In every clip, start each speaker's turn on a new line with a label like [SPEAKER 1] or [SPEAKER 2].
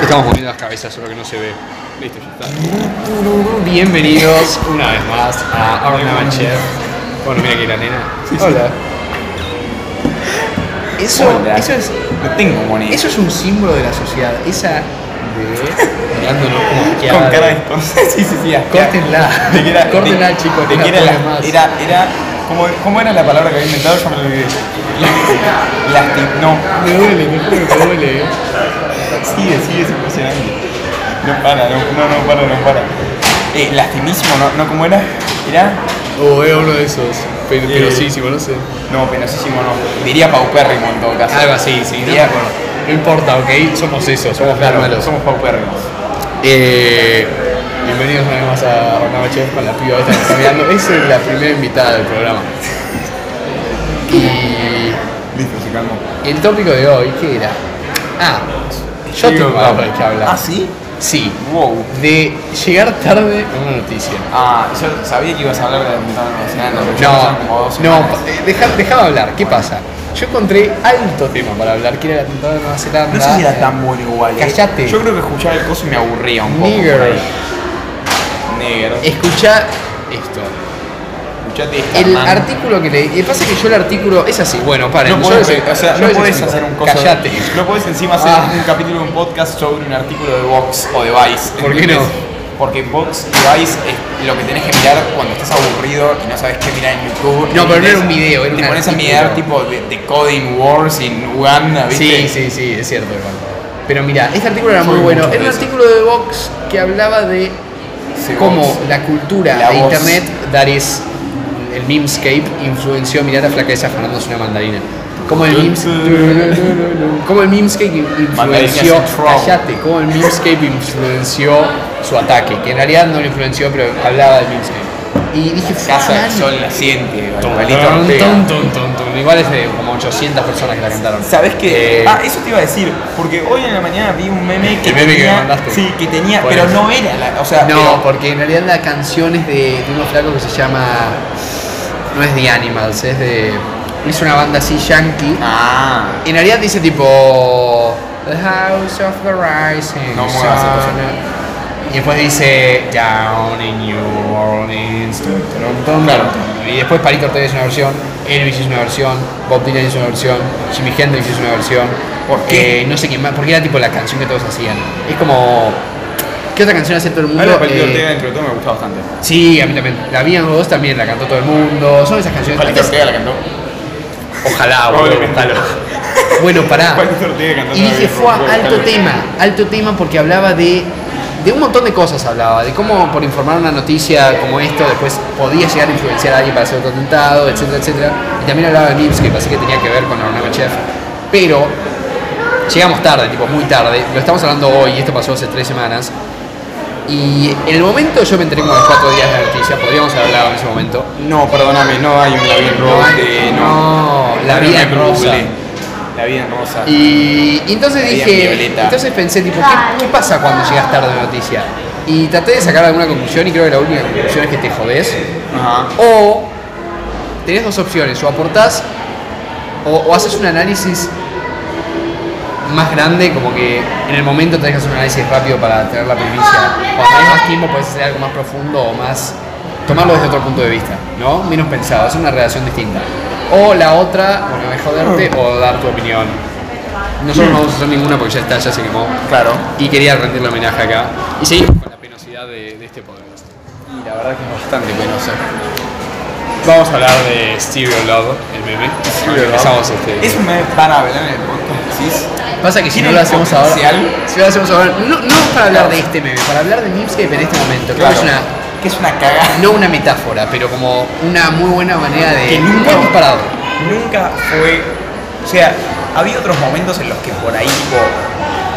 [SPEAKER 1] Estamos moviendo las cabezas, solo que no se ve. Listo, ya está. Bienvenidos una vez más a Ornaman Chef. Bueno, mira que la nena.
[SPEAKER 2] Hola.
[SPEAKER 1] Eso,
[SPEAKER 2] Hola.
[SPEAKER 1] eso es.
[SPEAKER 2] No tengo moneda.
[SPEAKER 1] Eso es un símbolo de la sociedad. Esa. De... Mirándonos como que
[SPEAKER 2] Con cara de Sí, sí, sí. asqueada.
[SPEAKER 1] Córtenla.
[SPEAKER 2] De que era-
[SPEAKER 1] Córtenla,
[SPEAKER 2] de-
[SPEAKER 1] chicos.
[SPEAKER 2] de
[SPEAKER 1] no
[SPEAKER 2] que
[SPEAKER 1] la
[SPEAKER 2] era,
[SPEAKER 1] pongan
[SPEAKER 2] la-
[SPEAKER 1] más.
[SPEAKER 2] era, era, ¿cómo, cómo era la palabra que había inventado? Yo me lo olvidé. La- Lasti... No.
[SPEAKER 1] Me duele, me juro que me duele. eh.
[SPEAKER 2] Sigue, sigue, es impresionante. No para, no, no, no para, no para. Eh, lastimísimo, ¿no? ¿No cómo era? ¿Era?
[SPEAKER 1] O era uno de esos. Pero,
[SPEAKER 2] Eh.
[SPEAKER 1] perosísimo, no sé.
[SPEAKER 2] No, penosísimo no. Diría paupérrimo en todo caso.
[SPEAKER 1] Algo así, sí. No, me
[SPEAKER 2] Diría-
[SPEAKER 1] acuerdo. no importa, ok. Somos eso, somos
[SPEAKER 2] Claro,
[SPEAKER 1] malos.
[SPEAKER 2] somos paupérrimos.
[SPEAKER 1] Eh, bienvenidos una vez más a Ornava Chef con la piba esta que está mirando. Esa es la primera invitada del programa. Y
[SPEAKER 2] Listo, se calmó.
[SPEAKER 1] el tópico de hoy, ¿qué era? Ah, yo
[SPEAKER 2] Digo,
[SPEAKER 1] tengo algo de qué hablar.
[SPEAKER 2] ¿Ah, sí?
[SPEAKER 1] Sí,
[SPEAKER 2] Wow.
[SPEAKER 1] de llegar tarde a una noticia.
[SPEAKER 2] Ah, yo sabía que ibas a hablar de la mentada emocional, pero yo pasaron como
[SPEAKER 1] No,
[SPEAKER 2] dos
[SPEAKER 1] no,
[SPEAKER 2] semanas.
[SPEAKER 1] eh, deja, dejaba hablar, ¿qué pasa? Yo encontré alto tema para hablar, que era el atentado de Nueva Zelanda.
[SPEAKER 2] No sé si
[SPEAKER 1] eh,
[SPEAKER 2] era tan bueno igual. eh.
[SPEAKER 1] Cállate.
[SPEAKER 2] Yo creo que escuchaba el coso y me aburría un poco.
[SPEAKER 1] Nigger.
[SPEAKER 2] por ahí. Nigger.
[SPEAKER 1] Escuchá esto.
[SPEAKER 2] Escuchate esta,
[SPEAKER 1] El
[SPEAKER 2] man.
[SPEAKER 1] artículo que leí, el pasa que yo el artículo es así, bueno, paren,
[SPEAKER 2] No
[SPEAKER 1] yo
[SPEAKER 2] podés, eh,
[SPEAKER 1] les-
[SPEAKER 2] o sea,
[SPEAKER 1] yo
[SPEAKER 2] no
[SPEAKER 1] les
[SPEAKER 2] podés
[SPEAKER 1] explico.
[SPEAKER 2] hacer un coso.
[SPEAKER 1] Callate.
[SPEAKER 2] No podés encima hacer
[SPEAKER 1] Ah.
[SPEAKER 2] un capítulo de un podcast sobre un artículo de Vox o de Vice.
[SPEAKER 1] ¿Por qué
[SPEAKER 2] ¿entendés?
[SPEAKER 1] no?
[SPEAKER 2] Porque Vox y Vice es lo que tenés que mirar cuando estás aburrido y no sabes qué mirar en YouTube.
[SPEAKER 1] No, pero no era un
[SPEAKER 2] ¿entendés?
[SPEAKER 1] video, era
[SPEAKER 2] Te
[SPEAKER 1] un
[SPEAKER 2] pones a
[SPEAKER 1] artículo.
[SPEAKER 2] mirar tipo de, de Coding Wars en Uganda, ¿viste?
[SPEAKER 1] Sí, sí, sí, es cierto igual. Pero mira, este artículo era muy
[SPEAKER 2] Soy
[SPEAKER 1] bueno.
[SPEAKER 2] mucho
[SPEAKER 1] Era
[SPEAKER 2] de
[SPEAKER 1] un
[SPEAKER 2] eso.
[SPEAKER 1] artículo de Vox que hablaba de
[SPEAKER 2] Sí,
[SPEAKER 1] cómo
[SPEAKER 2] Vox.
[SPEAKER 1] la cultura
[SPEAKER 2] La
[SPEAKER 1] de
[SPEAKER 2] voz.
[SPEAKER 1] internet, that is el memescape, influenció mirar a flaqueza Fernández una mandarina. Cómo el, memes, cómo el memescape
[SPEAKER 2] Mandarinas
[SPEAKER 1] influenció,
[SPEAKER 2] en Trump.
[SPEAKER 1] callate, cómo el memescape influenció su ataque, que en realidad no lo influenció, pero hablaba del memescape. Y dije,
[SPEAKER 2] Casa
[SPEAKER 1] "Man,
[SPEAKER 2] del Sol naciente, Barbarito
[SPEAKER 1] Tum,
[SPEAKER 2] Ortega.
[SPEAKER 1] tum, tum, tum, tum. Igual es de como 800 personas que la cantaron.
[SPEAKER 2] ¿Sabes qué?
[SPEAKER 1] Eh,
[SPEAKER 2] ah, eso te iba a decir, porque hoy en la mañana vi un meme que
[SPEAKER 1] El meme que
[SPEAKER 2] tenía,
[SPEAKER 1] me mandaste.
[SPEAKER 2] sí, que tenía,
[SPEAKER 1] Por
[SPEAKER 2] pero
[SPEAKER 1] eso.
[SPEAKER 2] no era, la, o sea,
[SPEAKER 1] no,
[SPEAKER 2] eh, pero-
[SPEAKER 1] porque en realidad la canción es de, de unos flacos que se llama. No es The Animals, es de. Es una banda así yankee.
[SPEAKER 2] ah,
[SPEAKER 1] En realidad dice tipo. The House of the Rising.
[SPEAKER 2] No muevas el coso.
[SPEAKER 1] Sun. Y después dice. Down in New Orleans. Tum, tum, tum,
[SPEAKER 2] Claro.
[SPEAKER 1] tum. Y después Parito Ortega es una versión. Elvis es una versión. Bob Dylan es una versión. Jimi Hendrix es una versión.
[SPEAKER 2] ¿Por qué?
[SPEAKER 1] Eh, no sé quién más. Porque era tipo la canción que todos hacían. Es como. ¿Qué otra canción hace todo el mundo?
[SPEAKER 2] Ahora Palito
[SPEAKER 1] Eh,
[SPEAKER 2] Ortega dentro de todo me gusta bastante.
[SPEAKER 1] Sí, a mí también. La Bien Dos también la cantó todo el mundo. Son esas canciones.
[SPEAKER 2] Palito Ortega la cantó.
[SPEAKER 1] Ojalá, boludo,
[SPEAKER 2] Probablemente.
[SPEAKER 1] ojalá. Bueno, pará.
[SPEAKER 2] Palito Ortega cantó.
[SPEAKER 1] Y dije, fue a alto tema, alto tema porque hablaba de, de un montón de cosas, hablaba, de cómo por informar una noticia como esto después podía llegar a influenciar a alguien para hacer otro atentado, etcétera, etcétera. Y también hablaba de Nips, que parece que tenía que ver con Ornava Chef. Pero llegamos tarde, tipo muy tarde, lo estamos hablando hoy, esto pasó hace tres semanas. Y en el momento yo me enteré como a los cuatro días de la noticia, podríamos haber hablado en ese momento.
[SPEAKER 2] No, perdóname, no hay un Gabriel Ross de.
[SPEAKER 1] No, la vida
[SPEAKER 2] me
[SPEAKER 1] en rosa.
[SPEAKER 2] google. La vida en rosa.
[SPEAKER 1] Y, y entonces
[SPEAKER 2] Ahí en
[SPEAKER 1] dije,
[SPEAKER 2] Violeta.
[SPEAKER 1] entonces pensé, tipo, ¿qué, qué pasa cuando llegas tarde a la noticia? Y traté de sacar alguna conclusión y creo que la única conclusión es que te jodés.
[SPEAKER 2] Ajá.
[SPEAKER 1] O tenés dos opciones, o aportás o, o haces un análisis más grande, como que en el momento tenés que hacer un análisis rápido para tener la primicia. Cuando tenés más tiempo podés hacer algo más profundo o más... Tomarlo desde otro punto de vista, ¿no? Menos pensado, hacer una relación distinta. O la otra, bueno, es joderte o dar tu opinión. Nosotros no vamos a hacer ninguna porque ya está, ya se quemó.
[SPEAKER 2] Claro.
[SPEAKER 1] Y quería rendirle homenaje acá. Y seguimos con la penosidad de, de este podcast.
[SPEAKER 2] Y la verdad que es bastante penosa.
[SPEAKER 1] Vamos a hablar de Stereo Love, el meme. Con el que empezamos este.
[SPEAKER 2] Es un meme para hablar en el podcast, ¿sí?
[SPEAKER 1] Pasa que si
[SPEAKER 2] ¿Tiene
[SPEAKER 1] no lo hacemos ahora.
[SPEAKER 2] potencial?
[SPEAKER 1] Si no lo hacemos ahora. No, no para hablar de este meme, para hablar de Nipscape en este momento. Creo que es una.
[SPEAKER 2] Que es una cagada.
[SPEAKER 1] No una metáfora, pero como una muy buena manera de.
[SPEAKER 2] Que nunca-
[SPEAKER 1] Buen disparador.
[SPEAKER 2] Nunca fue. O sea, había otros momentos en los que por ahí tipo,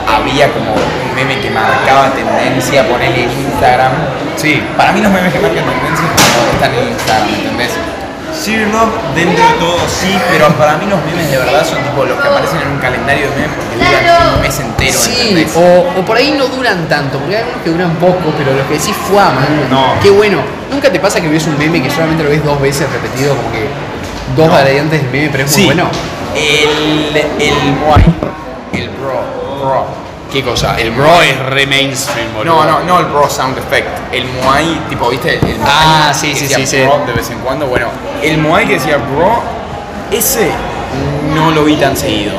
[SPEAKER 2] había como un meme que marcaba tendencia, ponerle en Instagram.
[SPEAKER 1] Sí.
[SPEAKER 2] Para mí los memes que marcan tendencia es cuando están en Instagram, ¿entendés? Sí, no, dentro de todo sí, pero para mí los memes de verdad son tipo los que aparecen en un calendario de memes porque duran
[SPEAKER 3] Claro.
[SPEAKER 2] un mes entero,
[SPEAKER 1] Sí,
[SPEAKER 2] ¿entendés?
[SPEAKER 1] o, o por ahí no duran tanto, porque hay algunos que duran poco, pero los que decís fue man,
[SPEAKER 2] No.
[SPEAKER 1] qué bueno. ¿Nunca te pasa que ves un meme que solamente lo ves dos veces repetido, como que dos
[SPEAKER 2] No.
[SPEAKER 1] variantes del meme, pero es muy bueno?
[SPEAKER 2] El, el Muay, el Bro, Bro,
[SPEAKER 3] ¿Qué cosa? El bro es re mainstream, boludo.
[SPEAKER 2] No, no, no el bro sound effect. El Moai, tipo, ¿viste? El Moai
[SPEAKER 1] Ah, sí,
[SPEAKER 2] que
[SPEAKER 1] sí,
[SPEAKER 2] decía
[SPEAKER 1] sí, sí.
[SPEAKER 2] bro de vez en cuando. Bueno, el Moai que decía bro, ese no lo vi tan seguido.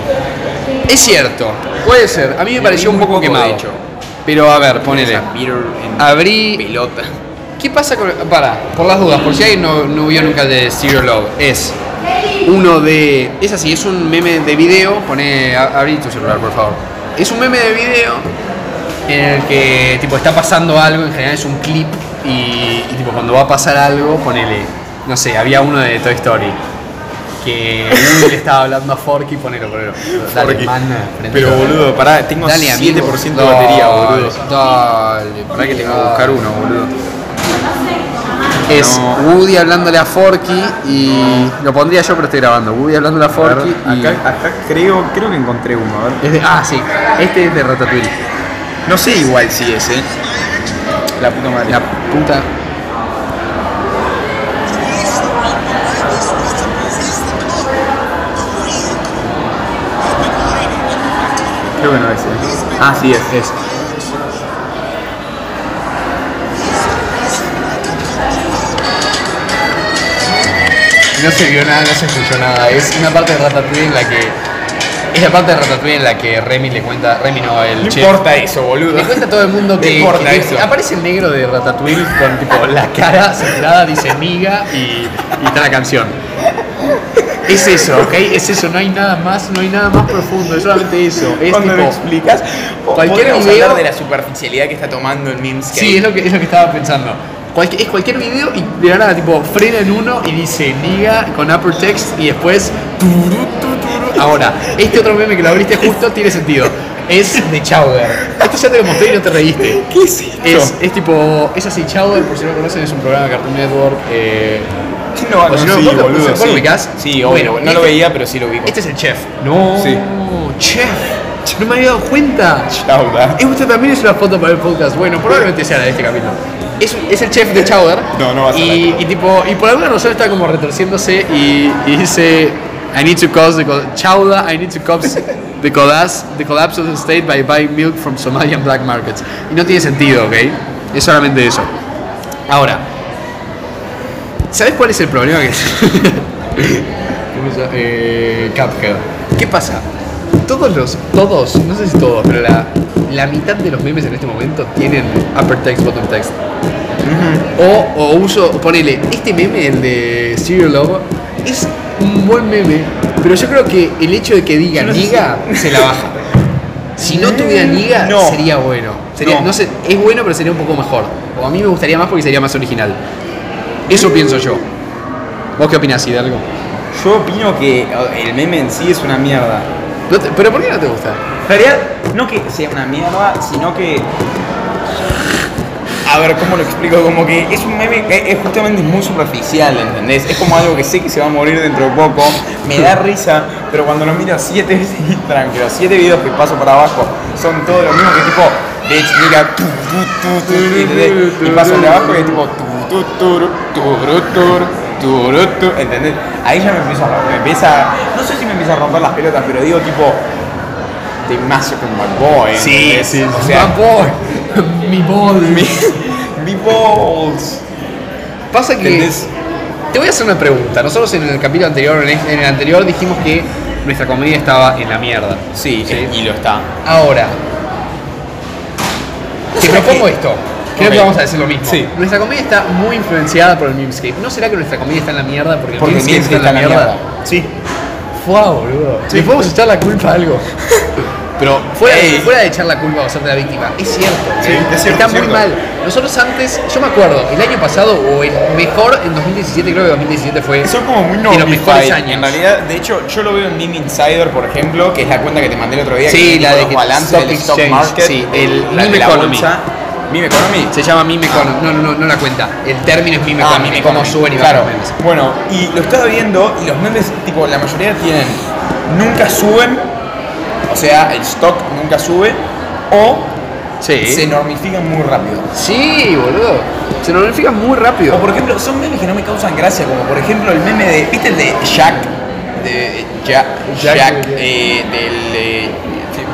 [SPEAKER 1] Es cierto, puede ser. A mí me
[SPEAKER 2] Vi
[SPEAKER 1] pareció un
[SPEAKER 2] muy
[SPEAKER 1] poco,
[SPEAKER 2] poco, de
[SPEAKER 1] quemado.
[SPEAKER 2] hecho.
[SPEAKER 1] Pero a ver, ponele.
[SPEAKER 2] Esa Peter en
[SPEAKER 1] Abrí.
[SPEAKER 2] pelota.
[SPEAKER 1] ¿Qué pasa con.? Para, por las dudas, por si alguien no, no vio nunca el de Stereo Love. Es uno de. Es así, es un meme de video. Pone. a- Abrí tu celular, por favor. Es un meme de video en el que tipo está pasando algo, en general es un clip y, y, tipo cuando va a pasar algo, ponele, no sé, había uno de Toy Story que Woody le estaba hablando a Forky, ponelo, ponelo. Dale,
[SPEAKER 2] Forky.
[SPEAKER 1] man, prendelo.
[SPEAKER 2] Pero boludo, pará, tengo
[SPEAKER 1] Dale,
[SPEAKER 2] 7%
[SPEAKER 1] amigo.
[SPEAKER 2] de batería, boludo.
[SPEAKER 1] Dale,
[SPEAKER 2] Pará que tengo que buscar uno, boludo.
[SPEAKER 1] Es
[SPEAKER 2] No.
[SPEAKER 1] Woody hablándole a Forky y lo pondría yo pero estoy grabando. Woody hablándole a Forky
[SPEAKER 2] A
[SPEAKER 1] y
[SPEAKER 2] ver, acá, acá creo, creo que encontré uno, a ver.
[SPEAKER 1] es de- ah, sí, este es de Ratatouille.
[SPEAKER 2] No sé igual si es, eh. La puta madre.
[SPEAKER 1] La puta.
[SPEAKER 2] Creo que no es ese. Ah, sí es. es.
[SPEAKER 1] No se vio nada, no se escuchó nada. Es una parte de Ratatouille en la que es la parte de Ratatouille en la que Remy le cuenta, Remy no, el
[SPEAKER 2] No
[SPEAKER 1] chef.
[SPEAKER 2] importa eso, boludo.
[SPEAKER 1] Le cuenta a todo el mundo que,
[SPEAKER 2] No importa
[SPEAKER 1] que-
[SPEAKER 2] eso.
[SPEAKER 1] aparece el negro de Ratatouille con tipo la cara saturada, dice miga y, y está la canción. Es eso, ¿ok? Es eso, no hay nada más, no hay nada más profundo, es solamente eso. Es
[SPEAKER 2] Cuando lo
[SPEAKER 1] tipo-
[SPEAKER 2] explicas, po-
[SPEAKER 1] cualquier
[SPEAKER 2] podríamos
[SPEAKER 1] video-
[SPEAKER 2] hablar de la superficialidad que está tomando el memes que
[SPEAKER 1] Sí, es lo que, es lo que estaba pensando. Cualque- es cualquier video y de la nada, tipo, frena en uno y dice niga con upper text y después. turú, turú, turú. Ahora, este otro meme que lo abriste justo tiene sentido. Es de Chowder. Esto ya te lo mostré y no te reíste.
[SPEAKER 2] ¿Qué es esto?
[SPEAKER 1] Es, es tipo, es así, Chowder, por si no lo conocen, es un programa de Cartoon Network. eh,
[SPEAKER 2] ¿Quién no va a
[SPEAKER 1] Pues no,
[SPEAKER 2] conocer,
[SPEAKER 1] vos lo- vos lo
[SPEAKER 2] Sí,
[SPEAKER 1] ubicás.
[SPEAKER 2] sí obvio.
[SPEAKER 1] Bueno,
[SPEAKER 2] no
[SPEAKER 1] este-
[SPEAKER 2] lo veía, pero sí lo vi.
[SPEAKER 1] este es el chef. No,
[SPEAKER 2] Sí.
[SPEAKER 1] chef. No me había dado cuenta.
[SPEAKER 2] Chauda.
[SPEAKER 1] Esto también es una foto para el podcast. Bueno, probablemente sea la de este capítulo. Es, un- es el chef de Chowder.
[SPEAKER 2] No, no va a ser la
[SPEAKER 1] y,
[SPEAKER 2] que-
[SPEAKER 1] y tipo Y por alguna razón está como retorciéndose y, y dice: I need to cause the col- Chowder, I need to cause the collapse, the collapse of the state by buying milk from Somalian black markets. Y no tiene sentido, ¿ok? Es solamente eso. Ahora, ¿sabes cuál es el problema que ¿Cómo se llama? Eh, Cuphead. ¿Qué pasa? Todos los, todos, no sé si todos, pero la, la mitad de los memes en este momento tienen upper text, bottom text. O, o uso, ponele, este meme, el de Serial Love, es un buen meme, pero yo creo que el hecho de que diga
[SPEAKER 2] no sé
[SPEAKER 1] niga se la baja. Si Mm, no tuviera niga,
[SPEAKER 2] No.
[SPEAKER 1] sería bueno. Sería,
[SPEAKER 2] No.
[SPEAKER 1] no sé, es bueno, pero sería un poco mejor. O a mí me gustaría más porque sería más original. Eso pienso yo. ¿Vos qué opinás, Hidalgo?
[SPEAKER 2] Yo opino que oh, el meme en sí es una mierda.
[SPEAKER 1] No te- ¿Pero por qué no te gusta?
[SPEAKER 2] En realidad, no que sea una mierda, sino que. A ver, ¿cómo lo explico? Como que es un meme que es justamente muy superficial, ¿entendés? Es como algo que sé que se va a morir dentro de poco, me da risa, pero cuando lo miro siete veces en Instagram, que los siete videos que paso para abajo son todo lo mismo que tipo, bitch, mira, tu, tu, tu, tu, ¿entendés? y paso para abajo y es tipo, tu, tu, tu, tu, tu, tu, tu, tu, ¿entendés? Ahí ya me empieza, me empieza, no sé si me empieza a romper las pelotas, pero digo tipo, te mazo con Bad Boy. ¿entendés? O sea,
[SPEAKER 1] Ah, Mi bol.
[SPEAKER 2] mi, mi balls.
[SPEAKER 1] Pasa que.
[SPEAKER 2] ¿Entendés?
[SPEAKER 1] Te voy a hacer una pregunta. Nosotros en el capítulo anterior, en este- en el anterior dijimos que nuestra comedia estaba en la mierda.
[SPEAKER 2] Sí, y lo está.
[SPEAKER 1] Ahora, te
[SPEAKER 2] sé
[SPEAKER 1] propongo
[SPEAKER 2] qué.
[SPEAKER 1] esto. Creo que
[SPEAKER 2] Ok.
[SPEAKER 1] vamos a decir lo mismo.
[SPEAKER 2] Sí.
[SPEAKER 1] Nuestra comedia está muy influenciada por el memescape. ¿No será que nuestra comedia está en la mierda porque el
[SPEAKER 2] Porque
[SPEAKER 1] memescape
[SPEAKER 2] Minsky está en la mierda. Sí.
[SPEAKER 1] Fua, boludo. Le podemos echar la culpa a algo.
[SPEAKER 2] Pero
[SPEAKER 1] Fuera, de, fuera de echar la culpa o hacerte la víctima, es cierto.
[SPEAKER 2] Sí,
[SPEAKER 1] ¿eh?
[SPEAKER 2] es cierto,
[SPEAKER 1] Está
[SPEAKER 2] es
[SPEAKER 1] muy
[SPEAKER 2] cierto.
[SPEAKER 1] mal. Nosotros antes, yo me acuerdo, el año pasado, o el mejor en 2017, creo que 2017 fue
[SPEAKER 2] Son como muy
[SPEAKER 1] de los mejores
[SPEAKER 2] notified.
[SPEAKER 1] años.
[SPEAKER 2] En realidad, de hecho, yo lo veo en Meme Insider, por ejemplo, que es la cuenta que te mandé el otro día.
[SPEAKER 1] Sí,
[SPEAKER 2] que tiene
[SPEAKER 1] la
[SPEAKER 2] tipo
[SPEAKER 1] de
[SPEAKER 2] los
[SPEAKER 1] que
[SPEAKER 2] balances
[SPEAKER 1] stock
[SPEAKER 2] del stock
[SPEAKER 1] exchange,
[SPEAKER 2] market.
[SPEAKER 1] sí, el
[SPEAKER 2] la,
[SPEAKER 1] Meme
[SPEAKER 2] de la
[SPEAKER 1] Economy.
[SPEAKER 2] bolsa. Meme Economy.
[SPEAKER 1] Se llama Mime Economy. No, no, no, no la cuenta. El término es Mime
[SPEAKER 2] Ah,
[SPEAKER 1] Economy.
[SPEAKER 2] meme
[SPEAKER 1] Cómo
[SPEAKER 2] economy.
[SPEAKER 1] suben y
[SPEAKER 2] claro.
[SPEAKER 1] bajan los memes.
[SPEAKER 2] Bueno, y lo estaba viendo y los memes, tipo, la mayoría tienen nunca suben, o sea, el stock nunca sube, o se normifican muy rápido.
[SPEAKER 1] Sí, boludo. Se normalifica muy rápido.
[SPEAKER 2] O por ejemplo, son memes que no me causan gracia, como por ejemplo el meme de, ¿viste el de Jack? De Jack, Jack,
[SPEAKER 1] Jack,
[SPEAKER 2] eh, del... eh,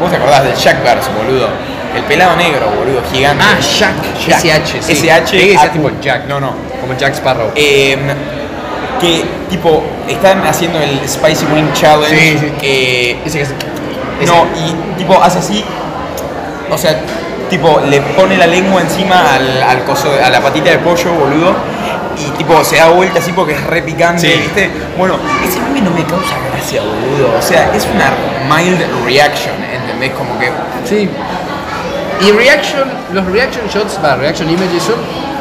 [SPEAKER 2] Vos te acordás del Jack Bars, boludo. El pelado negro, boludo, gigante.
[SPEAKER 1] Ah, Jack. SH, sí.
[SPEAKER 2] SH.
[SPEAKER 1] Creí que decía
[SPEAKER 2] Aku.
[SPEAKER 1] tipo Jack.
[SPEAKER 2] No, no.
[SPEAKER 1] Como Jack Sparrow.
[SPEAKER 2] Eh, que tipo, están haciendo el Spicy Wing Challenge.
[SPEAKER 1] Sí, sí.
[SPEAKER 2] eh,
[SPEAKER 1] Ese que hace- ese-
[SPEAKER 2] no, y tipo, hace así. O sea, tipo, le pone la lengua encima al, al coso, de- a la patita de pollo, boludo. Y tipo, se da vuelta así porque es re picante,
[SPEAKER 3] Sí.
[SPEAKER 2] ¿viste? Bueno, ese meme no me causa gracia, boludo. O sea, es una mild reaction, ¿entendés? Como que.
[SPEAKER 1] Sí. Y reaction, los reaction shots, va, reaction images son,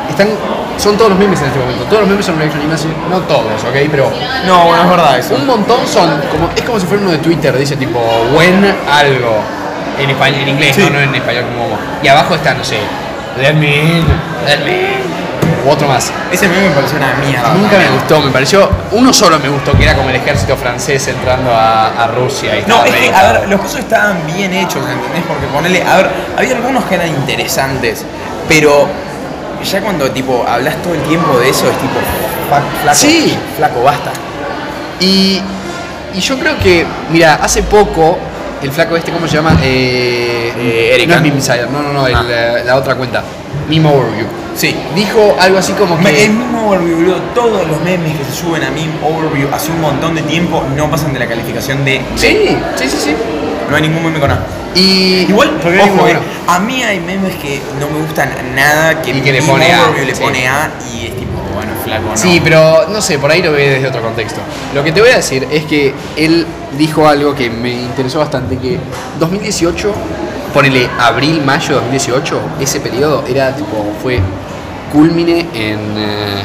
[SPEAKER 1] están, son todos los memes en este momento. Todos los memes son reaction images, no todos, ¿ok? Pero
[SPEAKER 2] No, bueno, es verdad eso.
[SPEAKER 1] un montón son, como, es como si fuera uno de Twitter, dice tipo, when algo, en español, en inglés,
[SPEAKER 2] Sí.
[SPEAKER 1] no, no en español como vos. Y abajo está, no sé, let me in, let me in, u otro más.
[SPEAKER 2] Ese meme me pareció una mierda.
[SPEAKER 1] Nunca me
[SPEAKER 2] también.
[SPEAKER 1] gustó, me pareció, uno solo me gustó, que era como el ejército francés entrando a, a Rusia. Y
[SPEAKER 2] No,
[SPEAKER 1] estaba
[SPEAKER 2] es que, a
[SPEAKER 1] reeditado.
[SPEAKER 2] ver, los cosas estaban bien hechos, ¿entendés? Porque ponele, a ver, había algunos que eran interesantes, pero ya cuando tipo hablas todo el tiempo de eso es tipo, fa- flaco,
[SPEAKER 1] Sí.
[SPEAKER 2] flaco, basta.
[SPEAKER 1] Y, y yo creo que, mira, hace poco, el flaco este, ¿cómo se llama? Eh,
[SPEAKER 2] Eh, Eric
[SPEAKER 1] No es
[SPEAKER 2] Andre.
[SPEAKER 1] Mimi Sayer, no, no, no, el,
[SPEAKER 2] Ah.
[SPEAKER 1] eh, la otra cuenta. Mimo Overview.
[SPEAKER 2] Sí.
[SPEAKER 1] Dijo algo así como
[SPEAKER 2] Me- El
[SPEAKER 1] que.
[SPEAKER 2] mismo overview, boludo, todos los memes que se suben a meme overview hace un montón de tiempo no pasan de la calificación de
[SPEAKER 1] Sí, sí, sí, sí.
[SPEAKER 2] no hay ningún meme con A.
[SPEAKER 1] Y.
[SPEAKER 2] Igual,
[SPEAKER 1] Porque era
[SPEAKER 2] ojo,
[SPEAKER 1] ninguno
[SPEAKER 2] eh,
[SPEAKER 1] bueno.
[SPEAKER 2] a mí hay memes que no me gustan nada, que,
[SPEAKER 1] Y que le
[SPEAKER 2] meme
[SPEAKER 1] pone A,
[SPEAKER 2] overview le
[SPEAKER 1] sí.
[SPEAKER 2] pone A y es tipo, bueno, flaco, no.
[SPEAKER 1] Sí, pero no sé, por ahí lo ve desde otro contexto. Lo que te voy a decir es que él dijo algo que me interesó bastante, que 2018, ponele abril, mayo de 2018, ese periodo era tipo, fue culmine en... eh,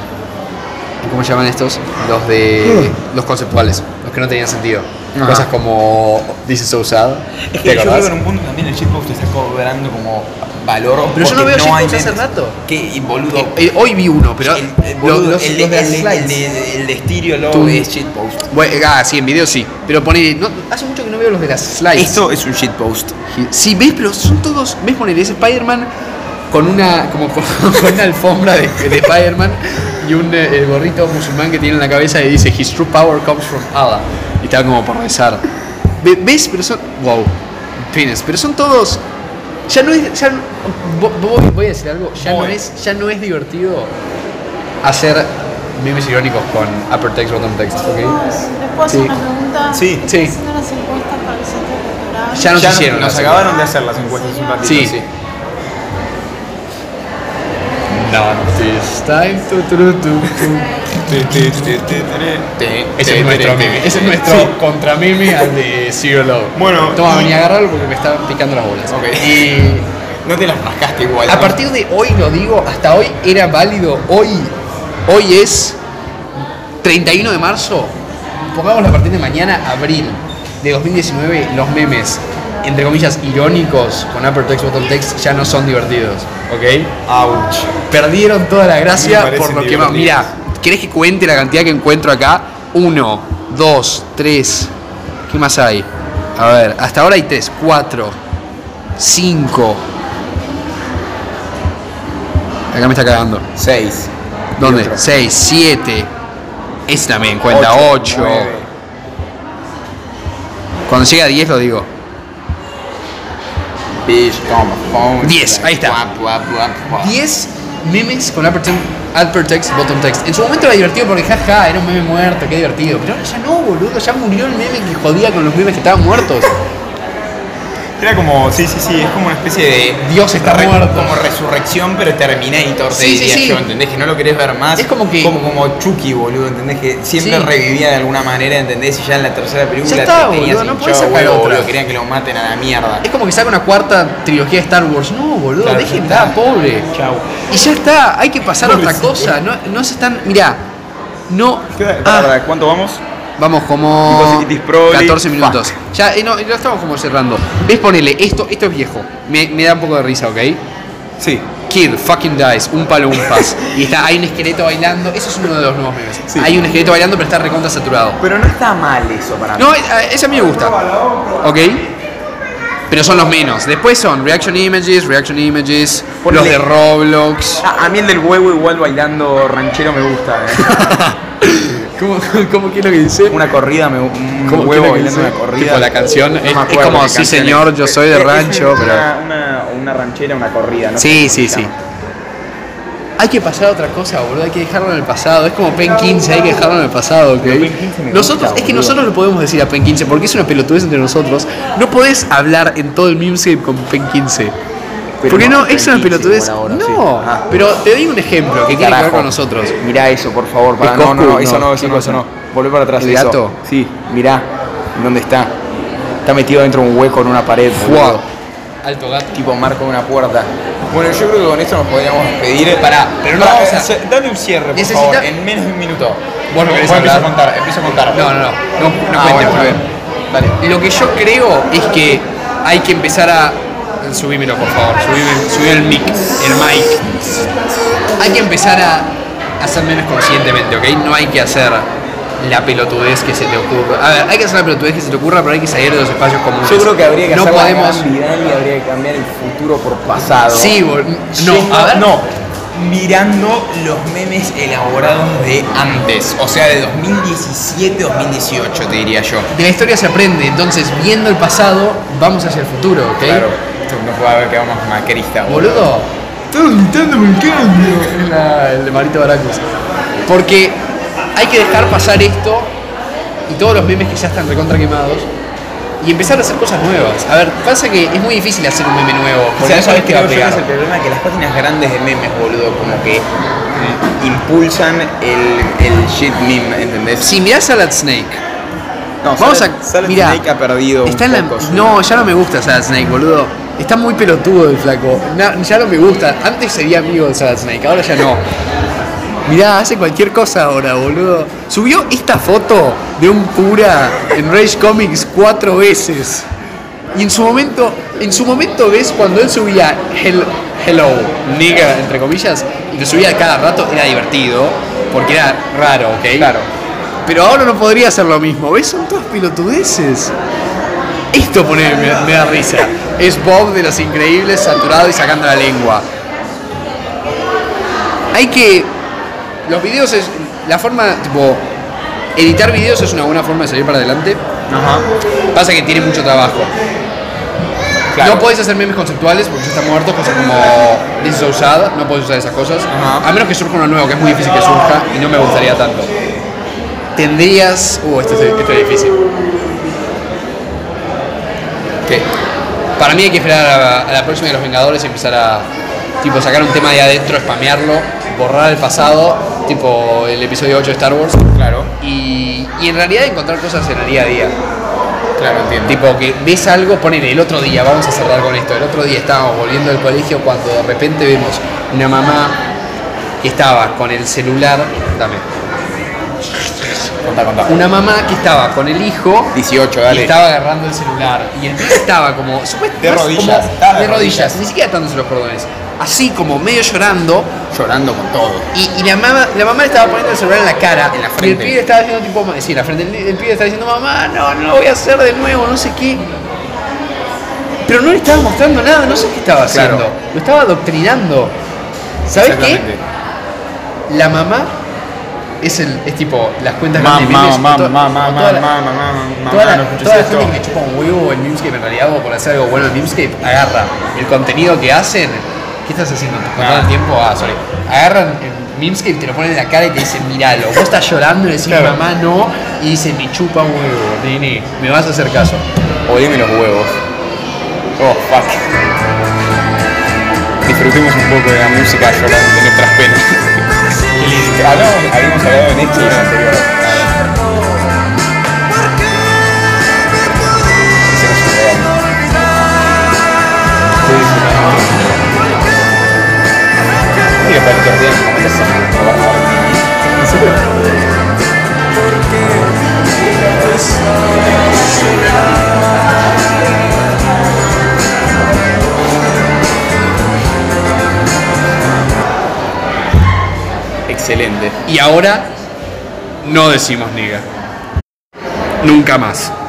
[SPEAKER 1] ¿Cómo se llaman estos? Los de... Los conceptuales, los que no tenían sentido.
[SPEAKER 2] Ajá.
[SPEAKER 1] Cosas como... Dices so sad.
[SPEAKER 2] Es
[SPEAKER 1] ¿te
[SPEAKER 2] que yo creo que
[SPEAKER 1] acordás?
[SPEAKER 2] en un punto también el shitpost está cobrando como valor.
[SPEAKER 1] Pero yo no
[SPEAKER 2] porque
[SPEAKER 1] veo
[SPEAKER 2] hay
[SPEAKER 1] shitposts hace
[SPEAKER 2] memes.
[SPEAKER 1] rato.
[SPEAKER 2] Que y boludo.
[SPEAKER 1] Eh, eh, hoy vi uno, pero...
[SPEAKER 2] el, el,
[SPEAKER 1] los-
[SPEAKER 2] boludo,
[SPEAKER 1] los-
[SPEAKER 2] el
[SPEAKER 1] los
[SPEAKER 2] de,
[SPEAKER 1] de
[SPEAKER 2] el, de-
[SPEAKER 1] slides.
[SPEAKER 2] el de- el de Stereo Love
[SPEAKER 1] Tú-
[SPEAKER 2] es shitpost.
[SPEAKER 1] Bueno, ah, sí, en video sí. Pero poné, no, hace mucho que no veo los de las slides.
[SPEAKER 2] Esto es un shitpost.
[SPEAKER 1] Sí, ves, pero son todos. ¿Ves poner ese Spider-Man con una. como con, con una alfombra de, de Spider-Man y un eh, el gorrito musulmán que tiene en la cabeza y dice His true power comes from Allah. Y estaba como por rezar. Ve- ¿Ves? Pero son. Wow. Fines. Pero son todos. Ya no es. Ya, no- vo- voy, voy a decir algo. Ya no
[SPEAKER 2] Voy.
[SPEAKER 1] es. Ya no es divertido hacer memes irónicos con upper text, bottom text, ¿ok?
[SPEAKER 4] ¿Les puedo hacer
[SPEAKER 1] Sí.
[SPEAKER 4] una pregunta?
[SPEAKER 2] Sí.
[SPEAKER 1] Sí.
[SPEAKER 4] Haciendo las encuestas para el centro cultural.
[SPEAKER 1] Ya nos
[SPEAKER 2] Ya
[SPEAKER 1] hicieron.
[SPEAKER 2] Nos
[SPEAKER 1] las
[SPEAKER 2] acabaron de hacer las encuestas un ratito.
[SPEAKER 1] Sí. Not this time. Tu, tu, tu, tu, tu. Ese es nuestro meme. Ese es nuestro
[SPEAKER 2] Sí.
[SPEAKER 1] contra meme al de Zero Love.
[SPEAKER 2] Bueno,
[SPEAKER 1] Toma,
[SPEAKER 2] y-
[SPEAKER 1] vení a agarrarlo porque me están picando las bolas.
[SPEAKER 2] Ok.
[SPEAKER 1] Y
[SPEAKER 2] No te las rascaste igual.
[SPEAKER 1] a
[SPEAKER 2] ¿no?
[SPEAKER 1] partir de hoy lo digo, hasta hoy era válido. Hoy, hoy es 31 de marzo. Pongámoslo a partir de mañana, abril de 2019, los memes, entre comillas, irónicos con upper text, bottom text, ya no son divertidos. ¿Ok?
[SPEAKER 2] Ouch.
[SPEAKER 1] Perdieron toda la
[SPEAKER 2] A mí
[SPEAKER 1] gracia
[SPEAKER 2] me
[SPEAKER 1] por
[SPEAKER 2] parecen
[SPEAKER 1] lo que más.
[SPEAKER 2] divertidos.
[SPEAKER 1] Mira, ¿querés que cuente la cantidad que encuentro acá? Uno, dos, tres. ¿Qué más hay? A ver, hasta ahora hay tres, cuatro, cinco. Acá me está cagando.
[SPEAKER 2] 6.
[SPEAKER 1] ¿Dónde?
[SPEAKER 2] otro.
[SPEAKER 1] Seis, siete. Este también cuenta ocho. Cuando llegue a diez lo digo.
[SPEAKER 2] Bitch, come phone.
[SPEAKER 1] Diez, ahí está.
[SPEAKER 2] Guap, guap, guap, guap.
[SPEAKER 1] 10 memes con upper, tem- upper text, bottom text. En su momento era divertido porque jaja, era un meme muerto, qué divertido. Pero ahora ya no, boludo, ya murió el meme que jodía con los memes que estaban muertos.
[SPEAKER 2] Era como, sí, sí, sí, es como una especie de.
[SPEAKER 1] Dios está
[SPEAKER 2] re-
[SPEAKER 1] muerto.
[SPEAKER 2] Como resurrección, pero Terminator, te
[SPEAKER 1] Sí, sí,
[SPEAKER 2] diría
[SPEAKER 1] sí.
[SPEAKER 2] yo, ¿entendés? Que no lo querés ver más.
[SPEAKER 1] Es como que-
[SPEAKER 2] Como, como Chucky, boludo, ¿entendés? Que siempre
[SPEAKER 1] Sí.
[SPEAKER 2] revivía de alguna manera, ¿entendés? Y ya en la tercera película.
[SPEAKER 1] Ya está,
[SPEAKER 2] te tenías
[SPEAKER 1] boludo, no
[SPEAKER 2] hinchado
[SPEAKER 1] podés sacar
[SPEAKER 2] huevo,
[SPEAKER 1] otra.
[SPEAKER 2] boludo, Querían que lo maten a la mierda.
[SPEAKER 1] Es como que saca una cuarta trilogía de Star Wars. No, boludo,
[SPEAKER 2] Claro, ya
[SPEAKER 1] déjenla,
[SPEAKER 2] está.
[SPEAKER 1] pobre.
[SPEAKER 2] Chau.
[SPEAKER 1] Y ya está, hay que pasar a otra
[SPEAKER 2] Pobrecito.
[SPEAKER 1] cosa. No, no se están. Mirá, no. Ah,
[SPEAKER 2] ¿Cuánto vamos?
[SPEAKER 1] Vamos como
[SPEAKER 2] Impossibilities Proli.
[SPEAKER 1] 14 minutos. Ya, eh, no, eh, lo estamos como cerrando. Ves, ponele, esto, esto es viejo. Me, me da un poco de risa, ¿ok?
[SPEAKER 2] Sí.
[SPEAKER 1] Kid fucking dies, un palo, un pas. Y está, hay un esqueleto bailando. Eso es uno de los nuevos memes.
[SPEAKER 2] Sí.
[SPEAKER 1] Hay un esqueleto bailando, pero está recontra saturado.
[SPEAKER 2] Pero no está mal eso para mí.
[SPEAKER 1] No, eh, eh, ese a mí me gusta. ¿Ok? Pero son los menos. Después son reaction images, reaction images,
[SPEAKER 2] Ponle-
[SPEAKER 1] los de Roblox.
[SPEAKER 2] Ah, A, a mí el del huevo igual bailando ranchero me gusta, ¿eh?
[SPEAKER 1] ¿Cómo, cómo que es lo que dice?
[SPEAKER 2] Una corrida, me, un
[SPEAKER 1] ¿Cómo
[SPEAKER 2] huevo
[SPEAKER 1] que era que
[SPEAKER 2] bailando una
[SPEAKER 1] dice?
[SPEAKER 2] corrida.
[SPEAKER 3] Tipo la canción,
[SPEAKER 2] me
[SPEAKER 3] es- es
[SPEAKER 2] acuerdo
[SPEAKER 3] como,
[SPEAKER 2] qué
[SPEAKER 3] "Sí,
[SPEAKER 2] canción
[SPEAKER 3] señor,
[SPEAKER 2] es".
[SPEAKER 3] yo soy de
[SPEAKER 2] Es- es
[SPEAKER 3] rancho",
[SPEAKER 2] una-
[SPEAKER 3] pero-
[SPEAKER 2] Una, una ranchera, una corrida, ¿no?
[SPEAKER 3] Sí,
[SPEAKER 2] sé cómo
[SPEAKER 3] sí,
[SPEAKER 2] se
[SPEAKER 3] sí.
[SPEAKER 2] llama.
[SPEAKER 1] Hay que pasar a otra cosa, boludo. Hay que dejarlo en el pasado. Es como Pen 15, hay que dejarlo en el pasado, ¿ok?
[SPEAKER 2] Pero Pen 15 me
[SPEAKER 1] Nosotros,
[SPEAKER 2] gusta,
[SPEAKER 1] es que
[SPEAKER 2] boludo.
[SPEAKER 1] nosotros lo podemos decir a Pen 15 porque es una pelotudez entre nosotros. No podés hablar en todo el Mimscape con Pen 15.
[SPEAKER 2] Pero
[SPEAKER 1] porque no,
[SPEAKER 2] no,
[SPEAKER 1] es una
[SPEAKER 2] Pen 15
[SPEAKER 1] pelotudez.
[SPEAKER 2] por ahora, sí.
[SPEAKER 1] no,
[SPEAKER 2] Ah.
[SPEAKER 1] pero te doy un ejemplo que tiene que ver
[SPEAKER 2] Carajo.
[SPEAKER 1] con nosotros.
[SPEAKER 2] Mirá eso, por favor. Para,
[SPEAKER 1] Coscu,
[SPEAKER 2] no, no, no, eso
[SPEAKER 1] no,
[SPEAKER 2] no, eso
[SPEAKER 1] ¿qué
[SPEAKER 2] no, eso
[SPEAKER 1] cosa?
[SPEAKER 2] no. Volvé para atrás.
[SPEAKER 1] ¿El
[SPEAKER 2] eso.
[SPEAKER 1] gato?
[SPEAKER 2] Sí, mirá. ¿Dónde está? Está metido dentro de un hueco en una pared. boludo.
[SPEAKER 1] Alto gato.
[SPEAKER 2] Tipo marco de una puerta. Bueno, yo creo que con esto nos podríamos despedir.
[SPEAKER 1] Pará, pero no vamos a-
[SPEAKER 2] se- Dale un cierre, por
[SPEAKER 1] Necesita-
[SPEAKER 2] favor, en menos de un minuto.
[SPEAKER 1] Vos no querés
[SPEAKER 2] empiezo a
[SPEAKER 1] hablar.
[SPEAKER 2] contar, empiezo a contar.
[SPEAKER 1] No, no, no. No, no
[SPEAKER 2] Ah,
[SPEAKER 1] cuenta,
[SPEAKER 2] bueno, muy
[SPEAKER 1] boludo.
[SPEAKER 2] bien. Dale.
[SPEAKER 1] Lo que yo creo es que hay que empezar a. Subímelo, por favor. Subime, subí el mic, el mic. Hay que empezar a hacer menos conscientemente, ¿ok? No hay que hacer la pelotudez que se te ocurra. A ver, hay que hacer la pelotudez que se te ocurra, pero hay que salir de los espacios comunes.
[SPEAKER 2] Yo creo que habría que
[SPEAKER 1] no
[SPEAKER 2] hacer la
[SPEAKER 1] podemos.
[SPEAKER 2] gran Vidal y habría que cambiar el futuro por pasado.
[SPEAKER 1] Sí, bol-
[SPEAKER 2] Yendo-
[SPEAKER 1] no, a ver.
[SPEAKER 2] no, mirando los memes elaborados de antes, o sea, de 2017, 2018 te diría yo.
[SPEAKER 1] De la historia se aprende, entonces viendo el pasado, vamos hacia el futuro, ¿ok?
[SPEAKER 2] Claro, esto no puede haber quedado más macrista.
[SPEAKER 1] Boludo. Todos gritando por el cambio. La- el de Marito Baracus. Porque hay que dejar pasar esto y todos los memes que ya están recontra quemados y empezar a hacer cosas nuevas. A ver, pasa que es muy difícil hacer un meme nuevo porque no sabes qué va a
[SPEAKER 2] es el
[SPEAKER 1] pegar.
[SPEAKER 2] problema que las páginas grandes de memes, boludo, como que mm, impulsan el, el shit meme, ¿entendés?
[SPEAKER 1] Si mirás Salad Snake,
[SPEAKER 2] No,
[SPEAKER 1] vamos
[SPEAKER 2] Solid-
[SPEAKER 1] a.
[SPEAKER 2] Solid
[SPEAKER 1] mirá,
[SPEAKER 2] Snake ha perdido
[SPEAKER 1] está
[SPEAKER 2] un
[SPEAKER 1] en la-
[SPEAKER 2] poco su-
[SPEAKER 1] No, ya no me gusta Salad Snake, boludo. Está muy pelotudo el flaco. Na- ya no me gusta. Antes sería amigo de Salad Snake, ahora ya no. Mirá, hace cualquier cosa ahora, boludo. Subió esta foto de un pura en Rage Comics cuatro veces. Y en su momento, en su momento ves cuando él subía Hel- Hello, nigga, entre comillas, y lo subía cada rato, era divertido, porque era raro, ¿ok?
[SPEAKER 2] Claro.
[SPEAKER 1] Pero ahora no podría hacer lo mismo, ¿ves? Son todas pelotudeces. Esto pone, me, me da risa. Es Bob de los increíbles saturado y sacando la lengua. Hay que. Los videos es. La forma. Tipo. Editar videos es una buena forma de salir para adelante.
[SPEAKER 2] Ajá.
[SPEAKER 1] Pasa que tiene mucho trabajo.
[SPEAKER 2] Claro.
[SPEAKER 1] No podés hacer memes conceptuales porque ya está muerto, cosas como desausada, no podés usar esas cosas.
[SPEAKER 2] Ajá.
[SPEAKER 1] A menos que surja uno nuevo, que es muy difícil que surja y no me gustaría tanto. Tendrías. Uh, esto, es- esto es difícil. ¿Qué? Para mí hay que esperar a, a la próxima de los Vengadores y empezar a tipo sacar un tema de adentro, spamearlo, borrar el pasado, tipo el episodio 8 de Star Wars.
[SPEAKER 2] Claro,
[SPEAKER 1] Y, y en realidad encontrar cosas en el día a día.
[SPEAKER 2] claro, entiendo.
[SPEAKER 1] Tipo que ves algo, ponele el otro día, vamos a cerrar con esto. El otro día estábamos volviendo del colegio cuando de repente vemos una mamá que estaba con el celular. Dame.
[SPEAKER 2] Contá, contá.
[SPEAKER 1] Una mamá que estaba con el hijo
[SPEAKER 2] 18,
[SPEAKER 1] y
[SPEAKER 2] dale.
[SPEAKER 1] estaba agarrando el celular. Y el pibe estaba como. supuest-
[SPEAKER 2] De
[SPEAKER 1] más
[SPEAKER 2] rodillas,
[SPEAKER 1] como-
[SPEAKER 2] estaba
[SPEAKER 1] de
[SPEAKER 2] de
[SPEAKER 1] rodillas,
[SPEAKER 2] rodillas.
[SPEAKER 1] ni siquiera atándose los cordones. Así como medio llorando.
[SPEAKER 2] Llorando con todo.
[SPEAKER 1] Y, y la, mamá, la mamá le estaba poniendo el celular en la cara.
[SPEAKER 2] En la
[SPEAKER 1] Y el
[SPEAKER 2] frente.
[SPEAKER 1] pibe le estaba diciendo tipo. ma- Sí, en la frente. El, el pibe estaba diciendo, mamá, no, no lo voy a hacer de nuevo, no sé qué. Pero no le estaba mostrando nada, no sé qué estaba haciendo.
[SPEAKER 2] Claro.
[SPEAKER 1] Lo estaba adoctrinando. ¿Sabes qué?
[SPEAKER 2] Exactamente.
[SPEAKER 1] La mamá es el es tipo las cuentas
[SPEAKER 2] Mamá,
[SPEAKER 1] grandes de memes,
[SPEAKER 2] mamá,
[SPEAKER 1] o to-
[SPEAKER 2] mamá,
[SPEAKER 1] o
[SPEAKER 2] mamá,
[SPEAKER 1] toda la-
[SPEAKER 2] mamá, mamá,
[SPEAKER 1] toda la-
[SPEAKER 2] mamá, no escuches
[SPEAKER 1] toda la
[SPEAKER 2] esto.
[SPEAKER 1] gente que le chupa un huevo el Memescape en realidad o por hacer algo bueno en Memescape agarra el contenido que hacen ¿qué estás haciendo? ¿Te contaba
[SPEAKER 2] Nada.
[SPEAKER 1] el tiempo? ah, sorry agarran el Memescape te lo ponen en la cara y te dicen miralo vos estás llorando y decís
[SPEAKER 2] Claro.
[SPEAKER 1] mamá no y dice me chupa un huevo nene me vas a hacer caso
[SPEAKER 2] O dime los huevos. Oh, fuck. Disfrutemos un poco de la música llorando de nuestras penas. Qué lindo. Hablamos- habíamos hablado en esto en el anterior. Ese no es un regalo. Estoy disfrutando. Mira, para el otro día, como ya saben, no van a ver. Excelente.
[SPEAKER 1] y ahora
[SPEAKER 3] No decimos niga. Nunca más.